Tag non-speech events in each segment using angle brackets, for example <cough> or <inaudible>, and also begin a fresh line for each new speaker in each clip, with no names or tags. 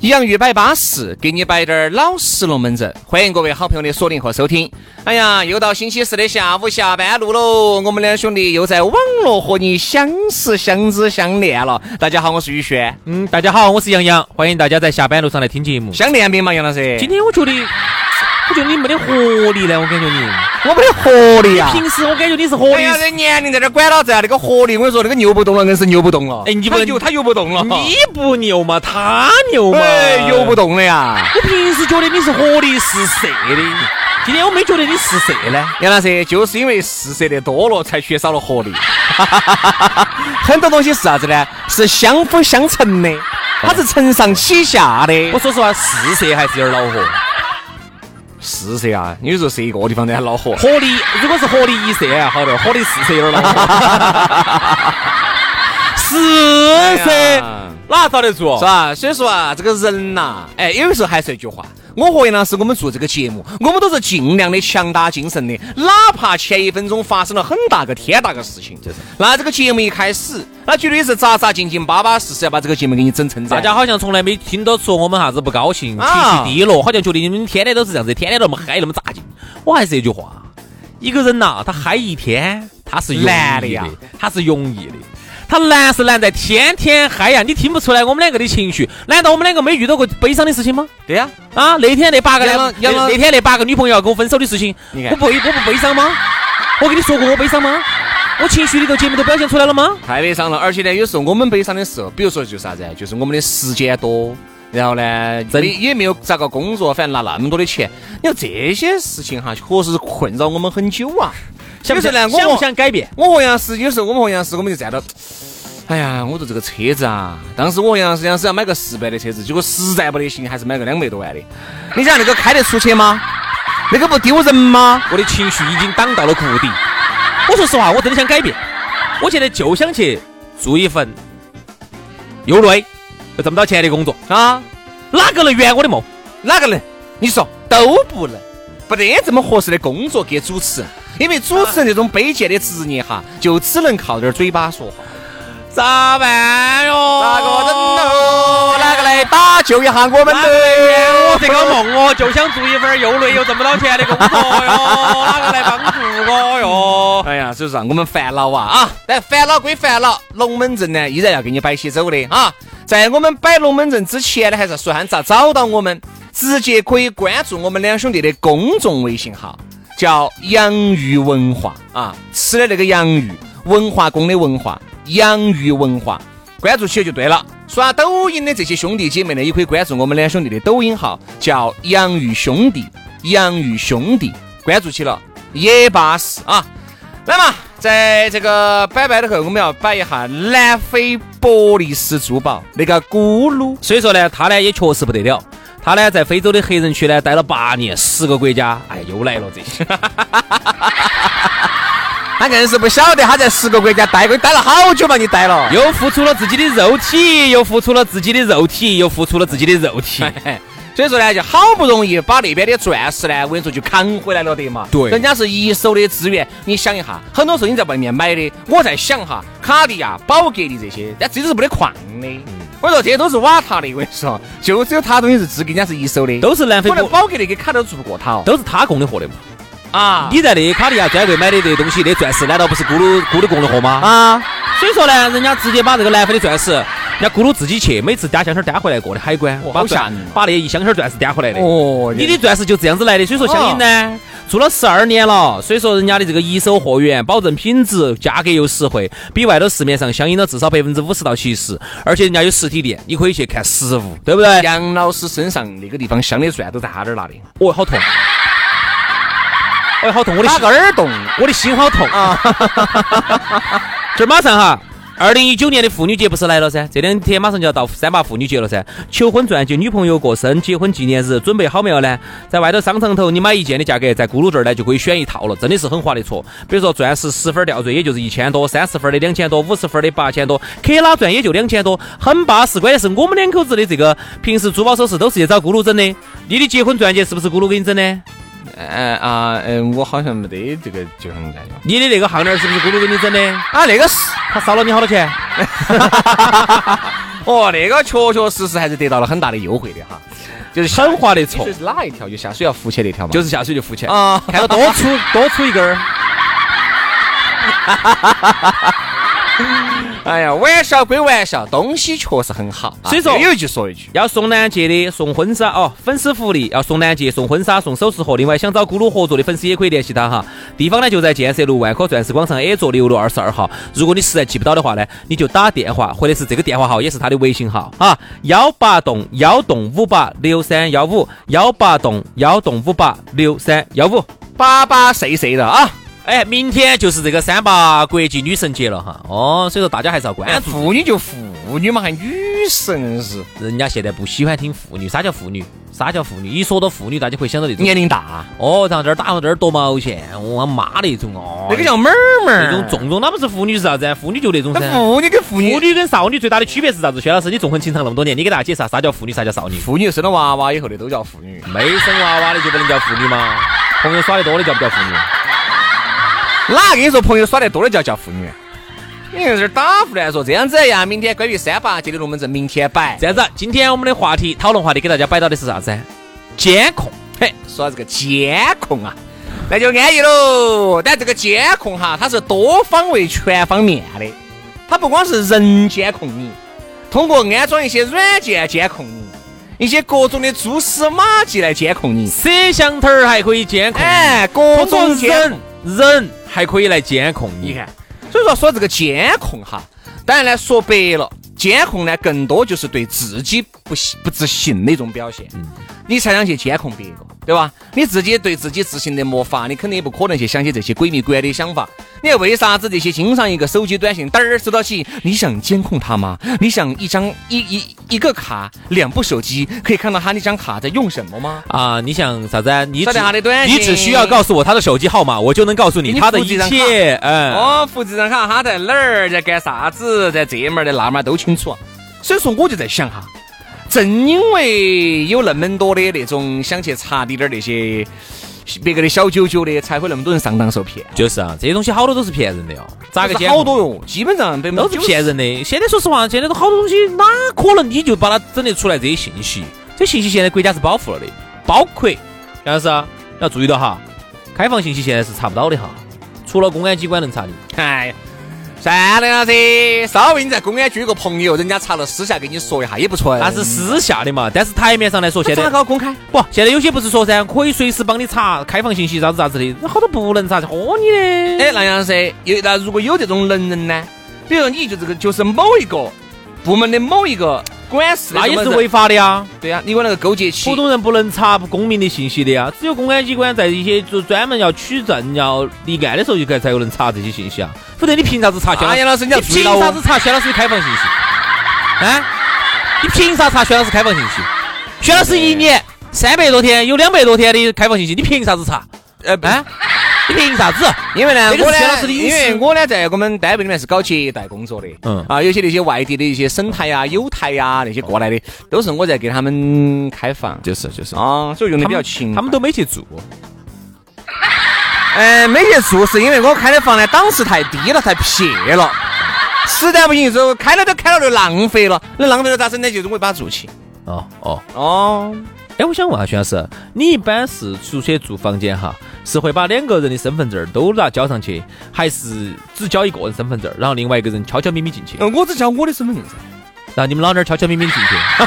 洋芋摆巴适，给你摆点儿老实龙门阵。欢迎各位好朋友的锁定和收听。哎呀，又到星期四的下午下班路喽，我们两兄弟又在网络和你相识、相知、相恋了。大家好，我是宇轩，
嗯，大家好，我是杨洋，欢迎大家在下班路上来听节目。
相恋没嘛，杨老师？
今天我觉得，我觉得你没得活力呢，我感觉你。
我没得活力啊！
平时我感觉你是活
哎
力，
呀，这年龄在这儿管老子啊！那个活力，我跟你说，那个游不动了，硬是游不动了。
哎你
他
不
游他游不动了，
你不牛嘛，他牛嘛，
哎游不。动了呀！
我平时觉得你是活力四射的，今天我没觉得你四射呢。
杨老师就是因为试射的多了，才缺少了活力。 <laughs> 很多东西是啥子呢？是相辅相成的，它是承上启下的。
我说实话，四射还是有点恼火。
试射啊，有时候射一个地方都很恼火。
活力，如果是活力一射还啊好点，活力四射有点恼火。 <laughs> 四
哎
射
呀
哪遭得住
是？吧？所以说啊，这个人呐、哎，有的时候还是一句话，我和杨老师我们做这个节目，我们都是尽量的强打精神的，哪怕前一分钟发生了很大个天大个事情，就是那这个节目一开始，那绝对是扎扎静静、巴巴适适要把这个节目给你整成这
大
样。
家好像从来没听到说我们啥子不高兴、情
啊
绪低落，好像觉得你们天天都是这样子，天天都那么嗨、那么炸劲。我还是那句话，啊一个人呐、他嗨一天，他是容易
难的呀
他是容易的。他难是难在天天嗨呀，你听不出来我们两个的情绪？难道我们两个没遇到过悲伤的事情吗？
对呀、
啊，那天那八个
杨老
那
杨老
那天那八个女朋友要跟我分手的事情，
你看
我不我不悲伤吗？我跟你说过我悲伤吗？我情绪里头节目都表现出来了吗？
太悲伤了。而且呢，有时候我们悲伤的时候，比如说就是啥子，就是我们的时间多。然后呢，
真
也也没有咋个工作，反正拿那么多的钱。你看这些事情哈，确实困扰我们很久啊。
想不
有时候呢
想
我
想不想改变？
我和杨师有时候我们和杨师我们就站到，哎呀，我说这个车子啊，当时我和杨师杨师要买个四百的车子，结果实在不得行，还是买个两百多万的。你想那个开得出去吗？那个不丢人吗？
我的情绪已经挡到了谷底。我说实话，我真的想改变，我现在就想去做一份又累又挣不到钱的工作，
啊，
哪个能圆我的梦？
哪个能？你说都不能，不得这么合适的工作给主持人，因为主持人这种卑贱的职业哈，就只能靠点嘴巴说话。
咋办哟？
哪个人哦？哪个来搭救一下我们
哪个能圆我这个梦哦？就想做一份又累又挣不到钱的工作哟，哪个来帮助我哟？
哎呀，所以说啊我们烦恼啊啊，但烦恼归烦恼，龙门阵呢依然要给你摆起走的啊。在我们摆龙门阵之前呢，还是要说喊咋找到我们，直接可以关注我们两兄弟的公众微信号，叫“洋芋文化”啊，吃的那个洋芋，文化宫的文化，洋芋文化，关注起就对了。刷抖音的这些兄弟姐妹呢，也可以关注我们两兄弟的抖音号，叫“洋芋兄弟”，洋芋兄弟，关注起了也巴适啊。来嘛，在这个摆摆的后，我们要摆一下南非伯利斯珠宝那个咕噜。
所以说呢，他呢也确实不得了。他呢，在非洲的黑人区呢待了八年，十个国家，哎，又来了这些。
他硬是不晓得他在十个国家待过，待了好久嘛，你待了。
又付出了自己的肉体，又付出了自己的肉体，又付出了自己的肉体。
<laughs> 哎所以说呢，就好不容易把那边的钻石呢，我跟你说就扛回来了的嘛。
对
人家是一手的资源，你想一下，很多时候你在外面买的，我在想哈，卡地亚、宝格丽这些，但这都是没得矿的。
嗯
我跟你说，这些都是瓦塔的，我跟你说，就只有他东西是自己人家是一手的，
都是南非
可能
国，
宝格丽跟卡地亚都做不过他哦。
都是他供的货的嘛。
啊
你在那卡地亚专柜买的这东西，那钻石难道不是咕噜咕噜供的货吗？啊，
啊。
所以说呢，人家直接把这个南非的钻石人家咕噜自己去，每次掂香肠掂回来过的海关，
哇
把
好
钻
吓人
把那一箱箱钻石掂回来的。
哦
你的钻石就这样子来的，所以说相应呢，做了十二年了，所以说人家的这个一手货源，保证品质，价格又实惠，比外头市面上相应了至少百分之五十到七十，而且人家有实体店，你可以去看实物，对不对？
杨老师身上那个地方镶的钻都在他那儿拿的，
哦，好痛！哎，好痛！我的
哪
心
个，耳洞？
我的心好痛啊！这儿马上哈，二零一九年的妇女节不是来了噻？这两天马上就要到三八妇女节了噻。求婚钻戒、女朋友过生、结婚纪念日，准备好没有呢？在外头商场头，你买一件的价格，在咕噜这儿呢就可以选一套了，真的是很划得着。比如说钻石十分吊坠，也就是一千多；三十分的两千多；五十分的八千多；克拉钻也就两千多，很巴适。关键是我们两口子的这个平时珠宝首饰都是去找咕噜整的，你的结婚钻戒是不是咕噜给你整的？
嗯啊嗯，我好像没得这个，就是人家
你的那个项链是不是咕噜给你整的？
啊，那个是
他烧了你好多钱？
哦，那个确确实实还是得到了很大的优惠的哈，就是
很划得着
就，是哪一条就下水要浮起那条嘛，
就是下水就付钱
<laughs> 啊
看到多出多出一根儿，
哎呀，玩笑归玩笑，东西确实很好，啊
所以说
也有一句说一句，
要送南捷的送婚纱哦，粉丝福利要送南捷送婚纱送首饰盒，另外想找咕噜合作的粉丝也可以联系他哈，地方呢就在建设路万科钻石广场 A 座六楼二十二号，如果你实在记不到的话呢，你就打电话或者是这个电话号也是他的微信号啊，幺八栋幺栋五八六三幺五幺八栋幺栋五八六三幺五。
巴巴碎碎的啊，
哎，明天就是这个三八国际女神节了哈，哦，所以说大家还是要关
哎，
注。
妇女就妇女嘛，还女神是
人家现在不喜欢听妇女，啥叫妇女？啥叫妇女？一说到妇女，大家会想到那种
年龄大，啊
哦，然后这儿打到这儿夺毛线，我妈那种哦，
那个叫妹儿妹
那
儿，
种重重，那不是妇女是啥子啊？妇女就那种
那
噻。
妇女跟妇
妇
女，
女跟少女最大的区别是啥子？薛老师，你纵横情场那么多年，你给大家解释下啥叫妇女，啥叫少女？
妇女生了娃娃以后的都叫妇女，
没生娃娃的就不能叫妇女吗？朋友耍得多的叫不叫妇女？
哪跟你说朋友耍得多的叫叫妇女？你在这儿打胡乱说，这样子呀，明天关于三八节的龙门阵，明天摆。
这样子，今天我们的话题讨论话题给大家摆到的是啥子啊？监控。
嘿，说到这个监控啊，那就安逸喽。但这个监控哈，它是多方位、全方面的，它不光是人监控你，通过安装一些软件监控你，一些各种的蛛丝马迹来监控你。
摄像头儿还可以监控，
哎，各
通过
种监
人
控，
人还可以来监控你。
你看，所以说说这个监控哈，当然呢，说白了，监控呢更多就是对自己不信不自信的一种表现。你才想去监控别个，对吧？你自己对自己自信的没法，你肯定也不可能去想起这些鬼迷鬼眼的想法。你看为啥子这些经常一个手机短信嘚儿收到起？你想监控他吗？你想一张一一一个卡，两部手机可以看到他那张卡在用什么吗？
啊，你想啥子啊？你
稍
只
等哈你短
你
信
只需要告诉我他的手机号码，我就能告诉你
给你
他的
复制
一
一张
切。嗯，
哦，复制张卡他在哪儿，在干啥子，在这门儿在那门儿都清楚。啊所以说，我就在想哈，正因为有那么多的那种想去查滴点儿那些别个的小九九的，才会那么多人上当受骗。
就是啊，这些东西好多都是骗人的哦。咋个
就是
监
好
控？
多哟，基本上百分之
都是骗人的。现在说实话，现在都好多东西，哪可能你就把它整得出来这些信息？这信息现在国家是保护了的，包括杨老师啊要注意到哈，开放信息现在是查不到的哈，除了公安机关能查的。
哎，算了呀噻，稍微你在公安局有个朋友，人家查了，私下跟你说一下也不错。
那是私下的嘛，但是台面上来说，现在
咋搞公开？
不，现在有些不是说噻，可以随时帮你查开放信息啥子啥子的，好多不能查，豁你的。
<laughs> 哎，那样噻，有那如果有这种能人呢？比如你就这个就是某一个部门的某一个管事的
那
什
也
么人，
是违法的呀，
对啊呀，你管那个勾结起
普，通人不能查公民的信息的呀，只有公安机关在一些就专门要取证、要立案的时候，就该才有能查这些信息啊，否则你凭啥子查薛哎老
啊
师？
杨老师你要注意到
凭
哦
啥子查薛老师的开放信息？啊，你凭啥查薛老师开放信息？薛老师一年三百多天，有两百多天的开放信息，你凭啥子查？
呃，
啊，你凭啥子？
因为呢，
这个是
我呢
薛老师的，隐
因
私
为我呢在我们单位里面是搞接待工作的，
嗯
啊，有些那些外地的一些省台呀、友台呀那些过来的，都是我在给他们开房
就是就是
啊，所以用的比较勤，
他们都没去做。
嗯，没去做，是因为我开的房呢档次太低了，太撇了。实在不行就开了都开了就浪费了，那浪费了咋整呢？就是我会把它做起。
哦哦，
哦，
哎，我想问下徐老师，你一般是出去住房间哈，是会把两个人的身份证都拿交上去，还是只交一个人身份证，然后另外一个人悄悄咪咪进去？
我只交我的身份证噻。
然后你们老娘儿悄悄咪咪进 <laughs> 去，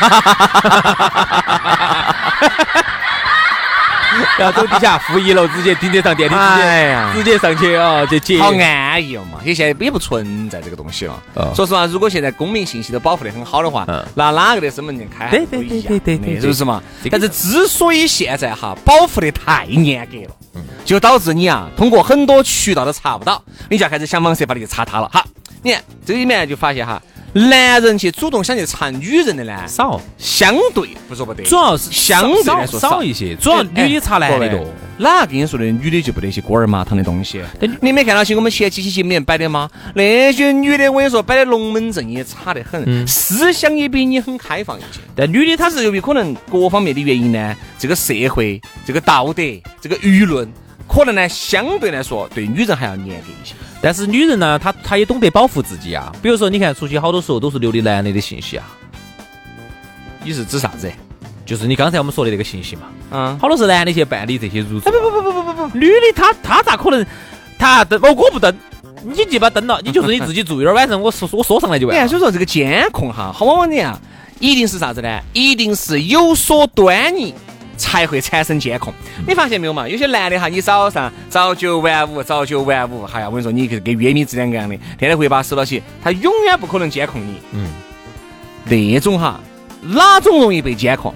然后走地下负一楼，直接顶着上电梯，直接
哎呀，
直接上去啊，就接。
好安逸哦嘛，也现在也不存在这个东西了。
哦
说实话，如果现在公民信息都保护得很好的话
嗯，
拿哪个的身份证开还
对
不
对
一样
对对对对
的是不是嘛
这？个
但是之所以现在哈保护得太严格
嗯
了，就导致你啊通过很多渠道都查不到，你就要开始想方设法的去查他了哈。你看这里面就发现哈，男人去主动想去查女人的呢，
少，
相对不说不得，
主要是
相对
少
来说哎
少哎一些，主要女的查男的多。。
哪跟你说的女的就不得些锅儿麻汤的东西？你没看到些我们前几期节目里面摆的吗？那些女的，我跟你说，摆的龙门阵也差得
嗯
很，思想也比你很开放一些。但女的她是由于可能各方面的原因呢，这个社会、这个道德、这个舆论，可能呢相对来说对女人还要严格一些。
但是女人呢，她她也懂得保护自己啊。比如说，你看出去好多时候都是留的男的的信息啊，
你是指啥子？
就是你刚才我们说的那个信息嘛，
嗯，
好多是男的去办理这些入住
哎，不不不不不不不，
女的她她咋可能？她登哦，我不登，你就把登了，你就是你自己住一会儿，晚上我说我说上来就
你
完
看，
了。
所以说这个监控哈，好往往你啊，一定是啥子呢？一定是有所端倪。才会产生监控，你发现没有嘛？有些男的哈，你早上早九晚五，早九晚五，哎呀，我跟你说，你跟跟约米质两个样的，天天回把手到起，他永远不可能监控你。
嗯，
那种哈，哪种容易被监控？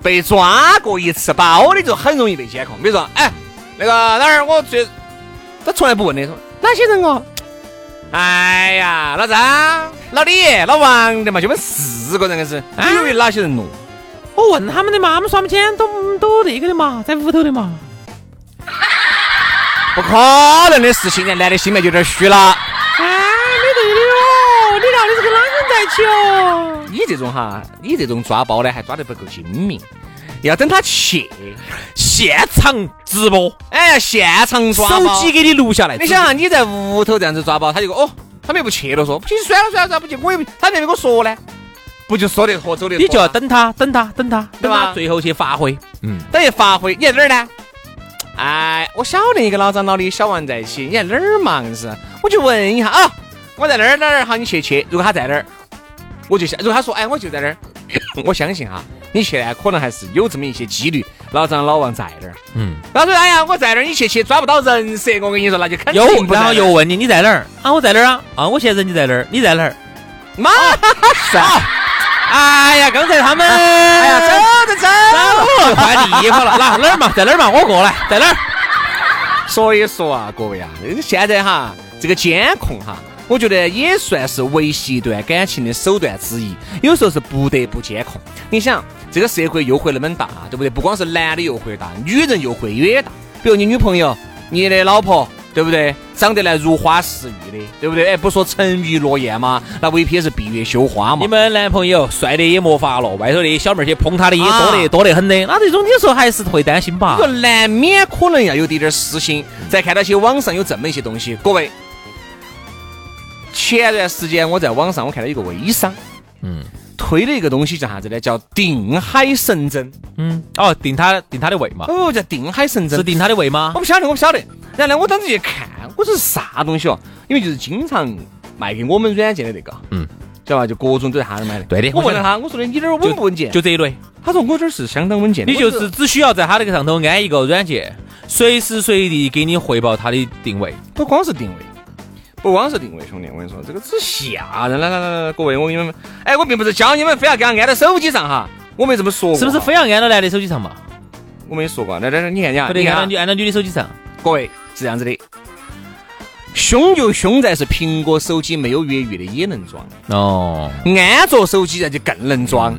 被抓过一次包的就很容易被监控。比如说，哎，那个哪儿我最，他从来不问的，说哪些人哦？哎呀，老张、老李、老王的嘛，就我们四个人硬是，你以为哪些人咯？
我问他们的嘛，他们说他们今天都都那个的嘛，在屋头的嘛。
不可能的事情，人家男的心里面就有点虚了。
哎，没对的哦，你到底是跟哪个人在一起哦？
你这种哈，你这种抓包呢，还抓得不够精明，要等他去，
现场直播，
哎，现场抓
手
包
机给你录下来。
你想啊，你在屋头这样子抓包，他就说哦，他们又不去了，说不去算了算了算了，不去，我也不，他没跟我说呢，不就说得脱走的？
你就要，等他，等他，等他，
对
等
吧
他最后去发挥。嗯
等于发挥。你在哪儿呢？哎，我晓得你跟老张、老李、小王在一起，你在哪儿嘛？硬是，我就问一下啊，我在哪儿哪儿哪儿哈，你去去。如果他在哪儿，我就想；如果他说哎，我就在哪儿， <coughs> 我相信哈，你去呢，可能还是有这么一些几率，老张、老王在哪儿。
嗯，
老张，哎呀，我在哪儿，你去去，抓不到人设，我跟你说，那就肯定
有
不，在那
然后
儿
又问你你在哪儿啊？我在哪儿啊？啊，我现在人就在哪儿？你在哪儿？ <laughs>
妈噻。
啊哎呀，刚才他们，哎
哎呀，走走走！ <laughs>
走，换地方了。哪哪儿嘛，在哪儿嘛，我过来，在哪儿？
所以说啊，各位啊，现在哈这个监控哈，我觉得也算是维系一段感情的手段之一。有时候是不得不监控。你想，这个社会诱惑那么大，对不对？不光是男的诱惑大，女人诱惑也大。比如你女朋友、你的老婆，对不对？长得来如花似玉的，对不对？哎，不说沉鱼落雁嘛，那未必是闭月羞花嘛
你。们男朋友帅的也没法了，外头的小妹儿去碰他的也多
啊
得多得很的，那这种你说还是会担心吧
这？难免可能要有滴点儿私心。再看到些网上有这么一些东西，各位，前段时间我在网上我看到一个微商，
嗯
推了一个东西叫啥子呢？叫定海神针。
嗯，哦，定他定他的位嘛，
哦，叫定海神针
啊是。定他的位吗
我？不晓得，我不晓得。然后呢，我当时去看，我说是啥东西哦？因为就是经常卖给我们软件的那个，
嗯，
知道吧？就各种都在他那儿买的。
对的
我
我
问了
晓得
他，我说的你这儿稳不稳健？
<laughs> 就这一类，
他说我这儿是相当稳健的。
你
我
就
说
是只需要在他那个上头安一个软件，随时随地给你汇报他的定位。
不光是定位，不光是定位，兄弟，我跟你说，这个只吓人。来来来来，各位，我给你们，哎，我并不是教你们非要给它安到手机上哈，我没这么说过，
是不是非要按到男的手机上嘛？
我没说过。来来来，你看你看，
不
你
得按到
看
女，按到女的手机上。
各位是这样子的，凶就凶在是苹果手机没有越狱的也能装，
哦，
安卓手机那就更能装，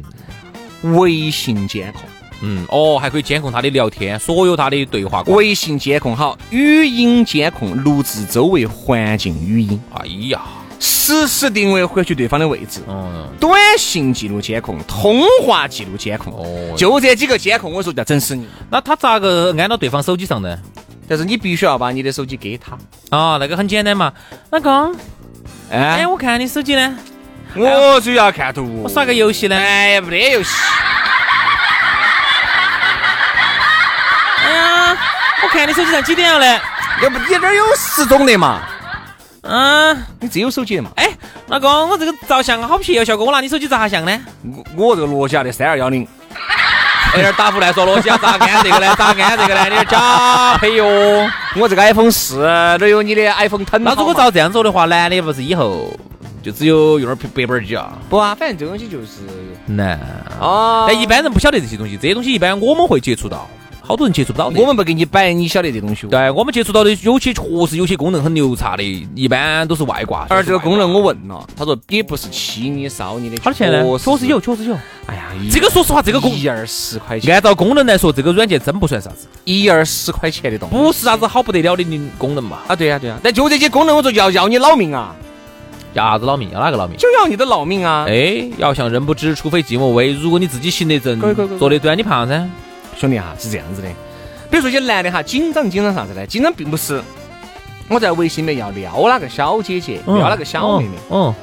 微信监控。
嗯，哦，还可以监控他的聊天，所有他的对话。
微信监控好，语音监控录制周围环境语音，
哎呀，
实时定位获取对方的位置，
嗯，
短信记录监控、通话记录监控，
哦
就这几个监控，我说要整死你。
那他咋个按到对方手机上呢？
但是你必须要把你的手机给他。
啊，那个很简单嘛，老公，哎，
哎，
我看你手机呢，
我主要看图，
我耍个游戏呢。
哎呀，没得游戏。
哎呀，我看你手机上几点了嘞？
要不你那儿有时钟的嘛？
嗯，
你只有手机的嘛？
哎，老公，我这个照相好撇哦，小哥，我拿你手机照下相呢？
我我这个诺基亚的三二幺零，
有点打胡乱说了，想咋安这个呢？咋安这个呢？有点假配哟。
我这个 iPhone 四哪有你的 iPhone 10
那如
好嘛
果照这样说的话，男的不是以后就只有用点白板儿机啊？
不啊？反正这个东西就是
难。
啊，
哎但一般人不晓得这些东西，这些东西一般我们会接触到，好多人接触不到的。
我们不给你摆，你晓得这东西。，
对我们接触到的有些确实有些功能很牛叉的，一般都是外挂。
而这个功能我问了，他说也不是欺你烧你的，
多少钱呢？确
确
实
实
有，。确实有。
哎呀，
这个说实话，这
这
个功
一二十块钱，
按照功能来说，这个软件真不算啥子，
一二十块钱的东西。
不是啥子好不得了的功能嘛。
啊，对呀、对呀、但就这些功能，我说要要你老命啊，
要啥子老命？要哪个老命？
就要你的老命啊！
哎，要想人不知，除非己莫为。如果你自己行得正
可以可以可，以
坐得端，你怕啥噻？
兄弟啊哈，是这样子的，比如说一些男的哈，紧张紧张啥子呢？紧张并不是我在微信里面要撩哪个小姐姐，
嗯
撩哪个小妹妹，
嗯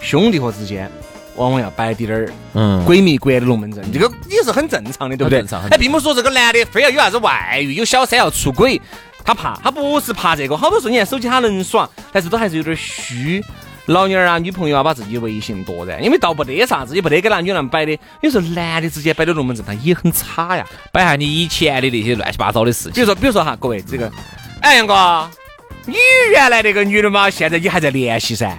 兄弟伙之间。往往要摆点儿
嗯，
闺蜜关的龙门阵，这个也是很正常的，对不对
很正常？很
哎，并不是说这个男的非要有啥子外遇，有小三要出轨，他怕，他不是怕这个。好多时候你看手机他能耍，但是都还是有点虚。老娘儿啊，女朋友啊，把自己微信夺然，因为倒不得啥子，也不得跟那女人摆的。有时候男的之间摆的龙门阵，他也很差呀。
摆下你以前的那些乱七八糟的事
比
情。
如说，比如说哈，各位这个，哎，杨哥，你原来那个女的嘛，现在你还在联系噻？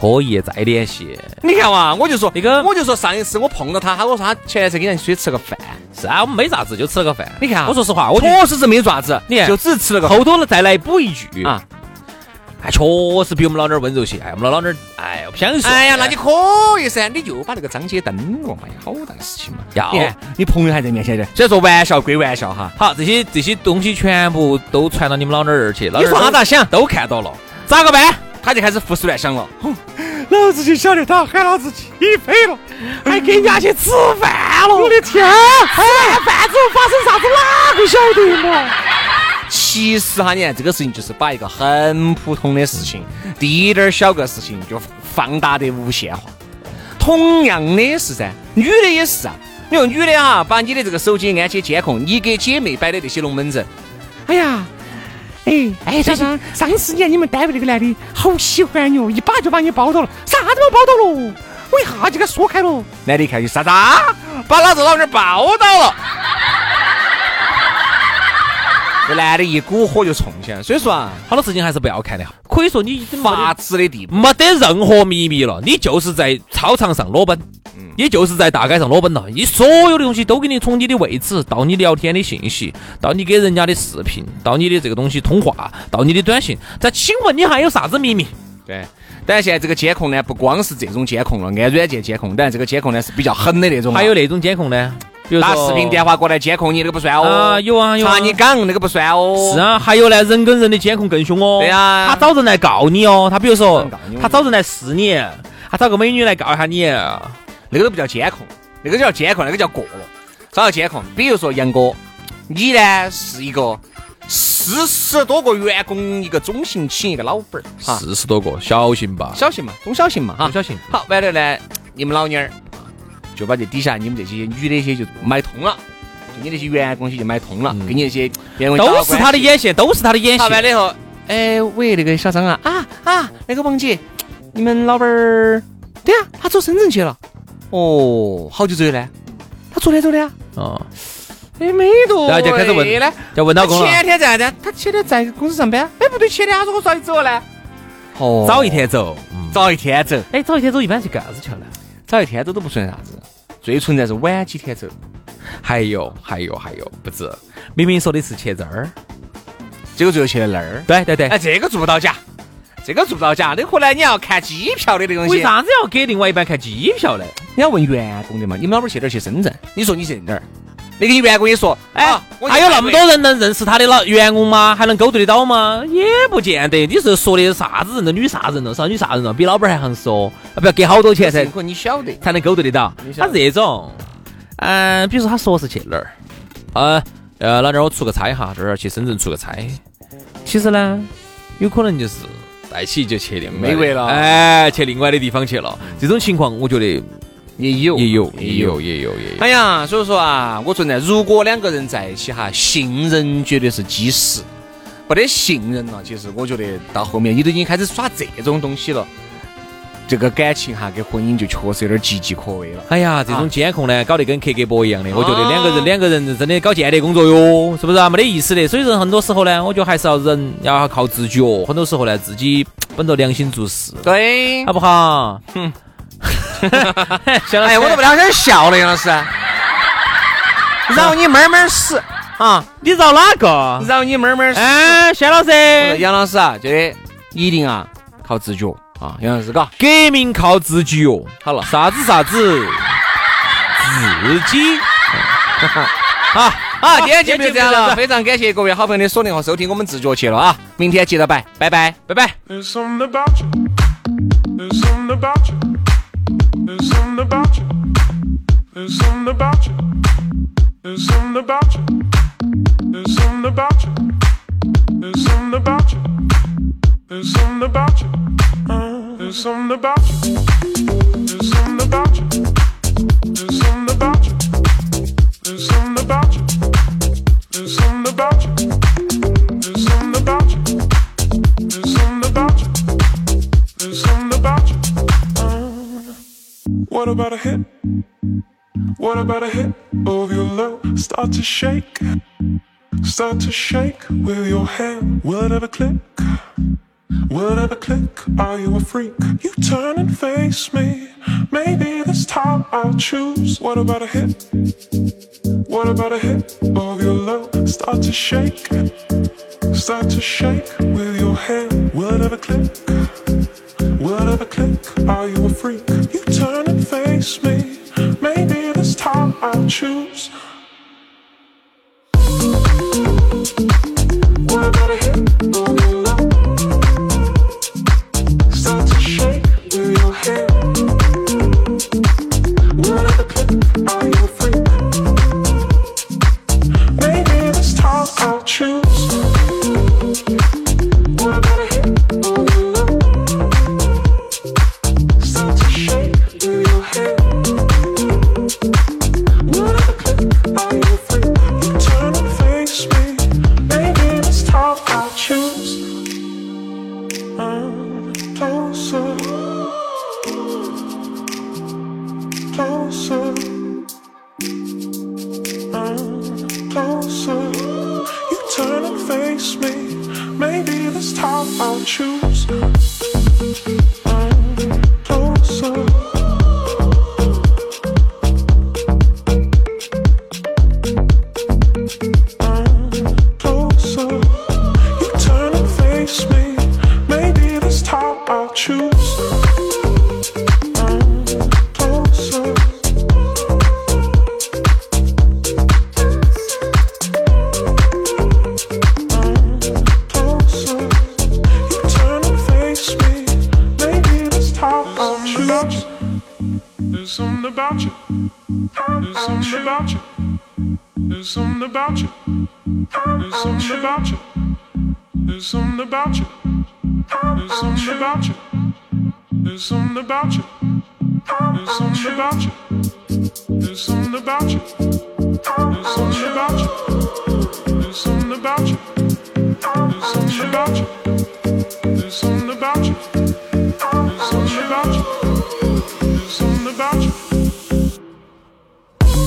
可以再联系。
你看嘛，我就说
那个
我就说上一次我碰到她，她我说她前一次跟人家出去吃个饭，
是啊，我们没啥子，就吃了个饭。
你看啊
我说实话，我就
确实是没爪子，
你看
就只吃了个
后头了再来补一句
啊。
哎，确实比我们老娘儿温柔些。哎，我们老娘儿，哎，我不想说。
哎呀，那你可以噻，你就把那个张姐登了嘛，好大个事情嘛。
要
你看你朋友还在面前的，虽然说玩笑归玩笑哈，
好，这些这些东西全部都传到你们老娘儿那儿去。老
你
娘儿
说他
都
咋想，
都看到了，咋个办？
他就开始胡思乱想了。老子就晓得他喊老子起飞了，哎还跟人家去吃饭了。我的天！啊吃完饭之后发生啥子，哪个晓得嘛？其实哈，你看这个事情就是把一个很普通的事情，滴点儿小个事情就放大得无限化。同样的是噻，女的也是啊。你说女的啊，把你的这个手机安起监控，你给姐妹摆的那些龙门阵，哎呀，哎哎，上上上次你看你们单位那个男的好喜欢哟，一把就把你包到了，啥子都包到了，我一下就给他说开了。男的一看就啥啥，把老子老娘抱到了。这男的一股火就冲起来，所以说啊，
好多事情还是不要看的好。可以说你
发
没
指的地步。
没得任何秘密了，你就是在操场上裸奔，
嗯
也就是在大街上裸奔了。你所有的东西都给你从你的位置到你聊天的信息，到你给人家的视频，到你的这个东西通话，到你的短信。再请问你还有啥子秘密？
对，但现在这个监控呢，不光是这种监控了，按软件监控，但这个监控呢是比较狠的那种啊。
还有那种监控呢？比如
打
说
视频电话过来监控你，那个不算
啊，
哦。
有啊有
查。
啊
你岗那个不算哦。
是。啊，还有呢，人跟人的监控更凶哦。
对呀
他找人来告你哦。他比如说
告你，
他找人来试你，他找个美女来告一下你。
那个都不叫监控，那个叫监控，那个叫过了。啥叫监控？比如说杨哥，你呢是一个四十多个员工一个中型企业一个老板儿，哈，
四十多个，小型吧，
小型嘛，中小型嘛，哈
中。小型。
好，完了呢，你们老娘儿就把这底下你们这些女的些就买通了，就你那些员工些就买通了，给你那些员工
嗯都是他的眼线，都是他的眼
好，完
线。
了以后，哎，喂，那个小张啊，啊啊，那个王姐，你们老板儿，对啊，他走深圳去了。哦，好久走的呢？他昨天走的呀？
哦，
哎，没多。
然后就开始问
哎呢，
要问
他
老公了，
前天在的，他前天在公司上班。哎，不对，前天他说我早点走了呢。哦
早一，天走。嗯
早一天走，
哎，早一天走一般去干啥子去了？
早一天走都不算啥子，最存在是晚几天走。
还有还有还有，不止，明明说的是去这儿。
结果最后去了那儿。
对对对
哎，。这个做不到假，这个做不到假。那回来你要看机票的那东西。啊
为啥子要给另外一半看机票呢？
你要问员工的嘛，你们老板去哪儿去深圳？你说你去哪儿？那个员工也说，
哎
啊，我去
还有那
台
么
北
多人能认识他的老员工吗？还能勾兑得到吗？也不见得。你是说的啥子人了？女啥人了？啥女啥人了？比老板还横说，啊不要给好多钱才
幸亏你晓得，
才能勾兑得到
你。晓
他
得
这种，嗯、比如说他说是去哪儿，呃呃，老娘儿我出个差哈，这儿去深圳出个差。其实呢，有可能就是带起就去另外的
美国了
哎，去另外的地方去了。这种情况我觉得
也有
也有，也。有，也有，也有。
哎呀，所以说啊，我存在，如果两个人在一起哈，信任绝对是基石，没得信任了，其实我觉得到后面你都已经开始耍这种东西了，这个感情哈跟婚姻就确实有点岌岌可危了。
哎呀，这种监控呢，搞得跟克格勃一样的，我觉得两个人两个人真的搞间谍工作哟，是不是啊？没得意思的。所以说，很多时候呢，我觉得还是要人要靠自觉，很多时候呢，自己本着良心做事，
对
好不好？ <laughs>
哎，我都不了解笑了，杨老师。 <laughs> 饶你慢慢死啊！
你饶哪 <laughs> 个？
饶你慢慢死。
哎，轩老师，
我说杨老师啊，觉得一定啊靠自觉啊，杨老师嘎。
革命靠自己哟。
好了
啥子啥子，自己。好，
好，今天节目就这样了，
今
非常
天节目就这样
感谢各位好朋友的锁定和收听，我们自觉去了啊，明天接着摆，拜拜。
拜拜。
There's something about you. There's something about you. There's something about you. There's something about you. There's something about you. There's something about you. There's something about you. There's something about you. Uh, There's something about you. There's something about you. There's something about you. There's something about you. There's something about you. There's something about you. There's something about you. There's something about you. Uh, What about a hit? What about a hit of your love? Start to shake, start to shake with your hand. Will it ever click? Will it ever click? Are you a freak? You turn and face me. Maybe this time I'll choose. What about a hit? What about a hit of your love? Start to shake start to shake with your hand. Will it ever click? Will it ever click? Are you a freak? You turn and face me. Maybe this time I'll choose. What about a hit on your love? Start to shake with your hand. Will it ever click? Are you a freak? Maybe this time I'll choose. What about a hit on your love? Start to shake with your hand. Will it ever click? Are you a freak? You turn and face me. Maybe this time I'll choose. I'm closer, closer. I'm closer. Oh, You turn and face me. Maybe this time I'll choose. Oh, I'm closer. I'm closer. Oh, You turn and face me. Maybe this time I'll choose. Oh, I'm oh, closer. Closer, you turn and face me. Maybe this time I'll choose. There's something about you. There's something about you. There's something about you. There's something about you. There's something about you. There's something about you. There's something about you. There's something about you. There's something about you. There's something about you. There's something about you. There's something about you. There's something about you. There's something about you. There's something about you.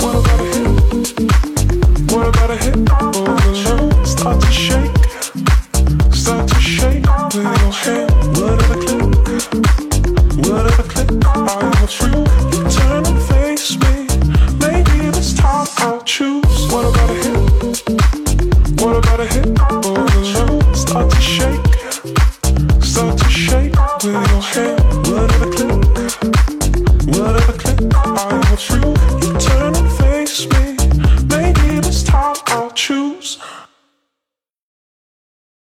What about a hit? What about a hit? Overload. Start to shake. Start to shake with your hand. What of a click? What of a click? Are you a freak? You turn and face me. Maybe this time I'll choose. What about a hit? What about a hit overload? Start to shake, start to shake with your hand. Whatever click, whatever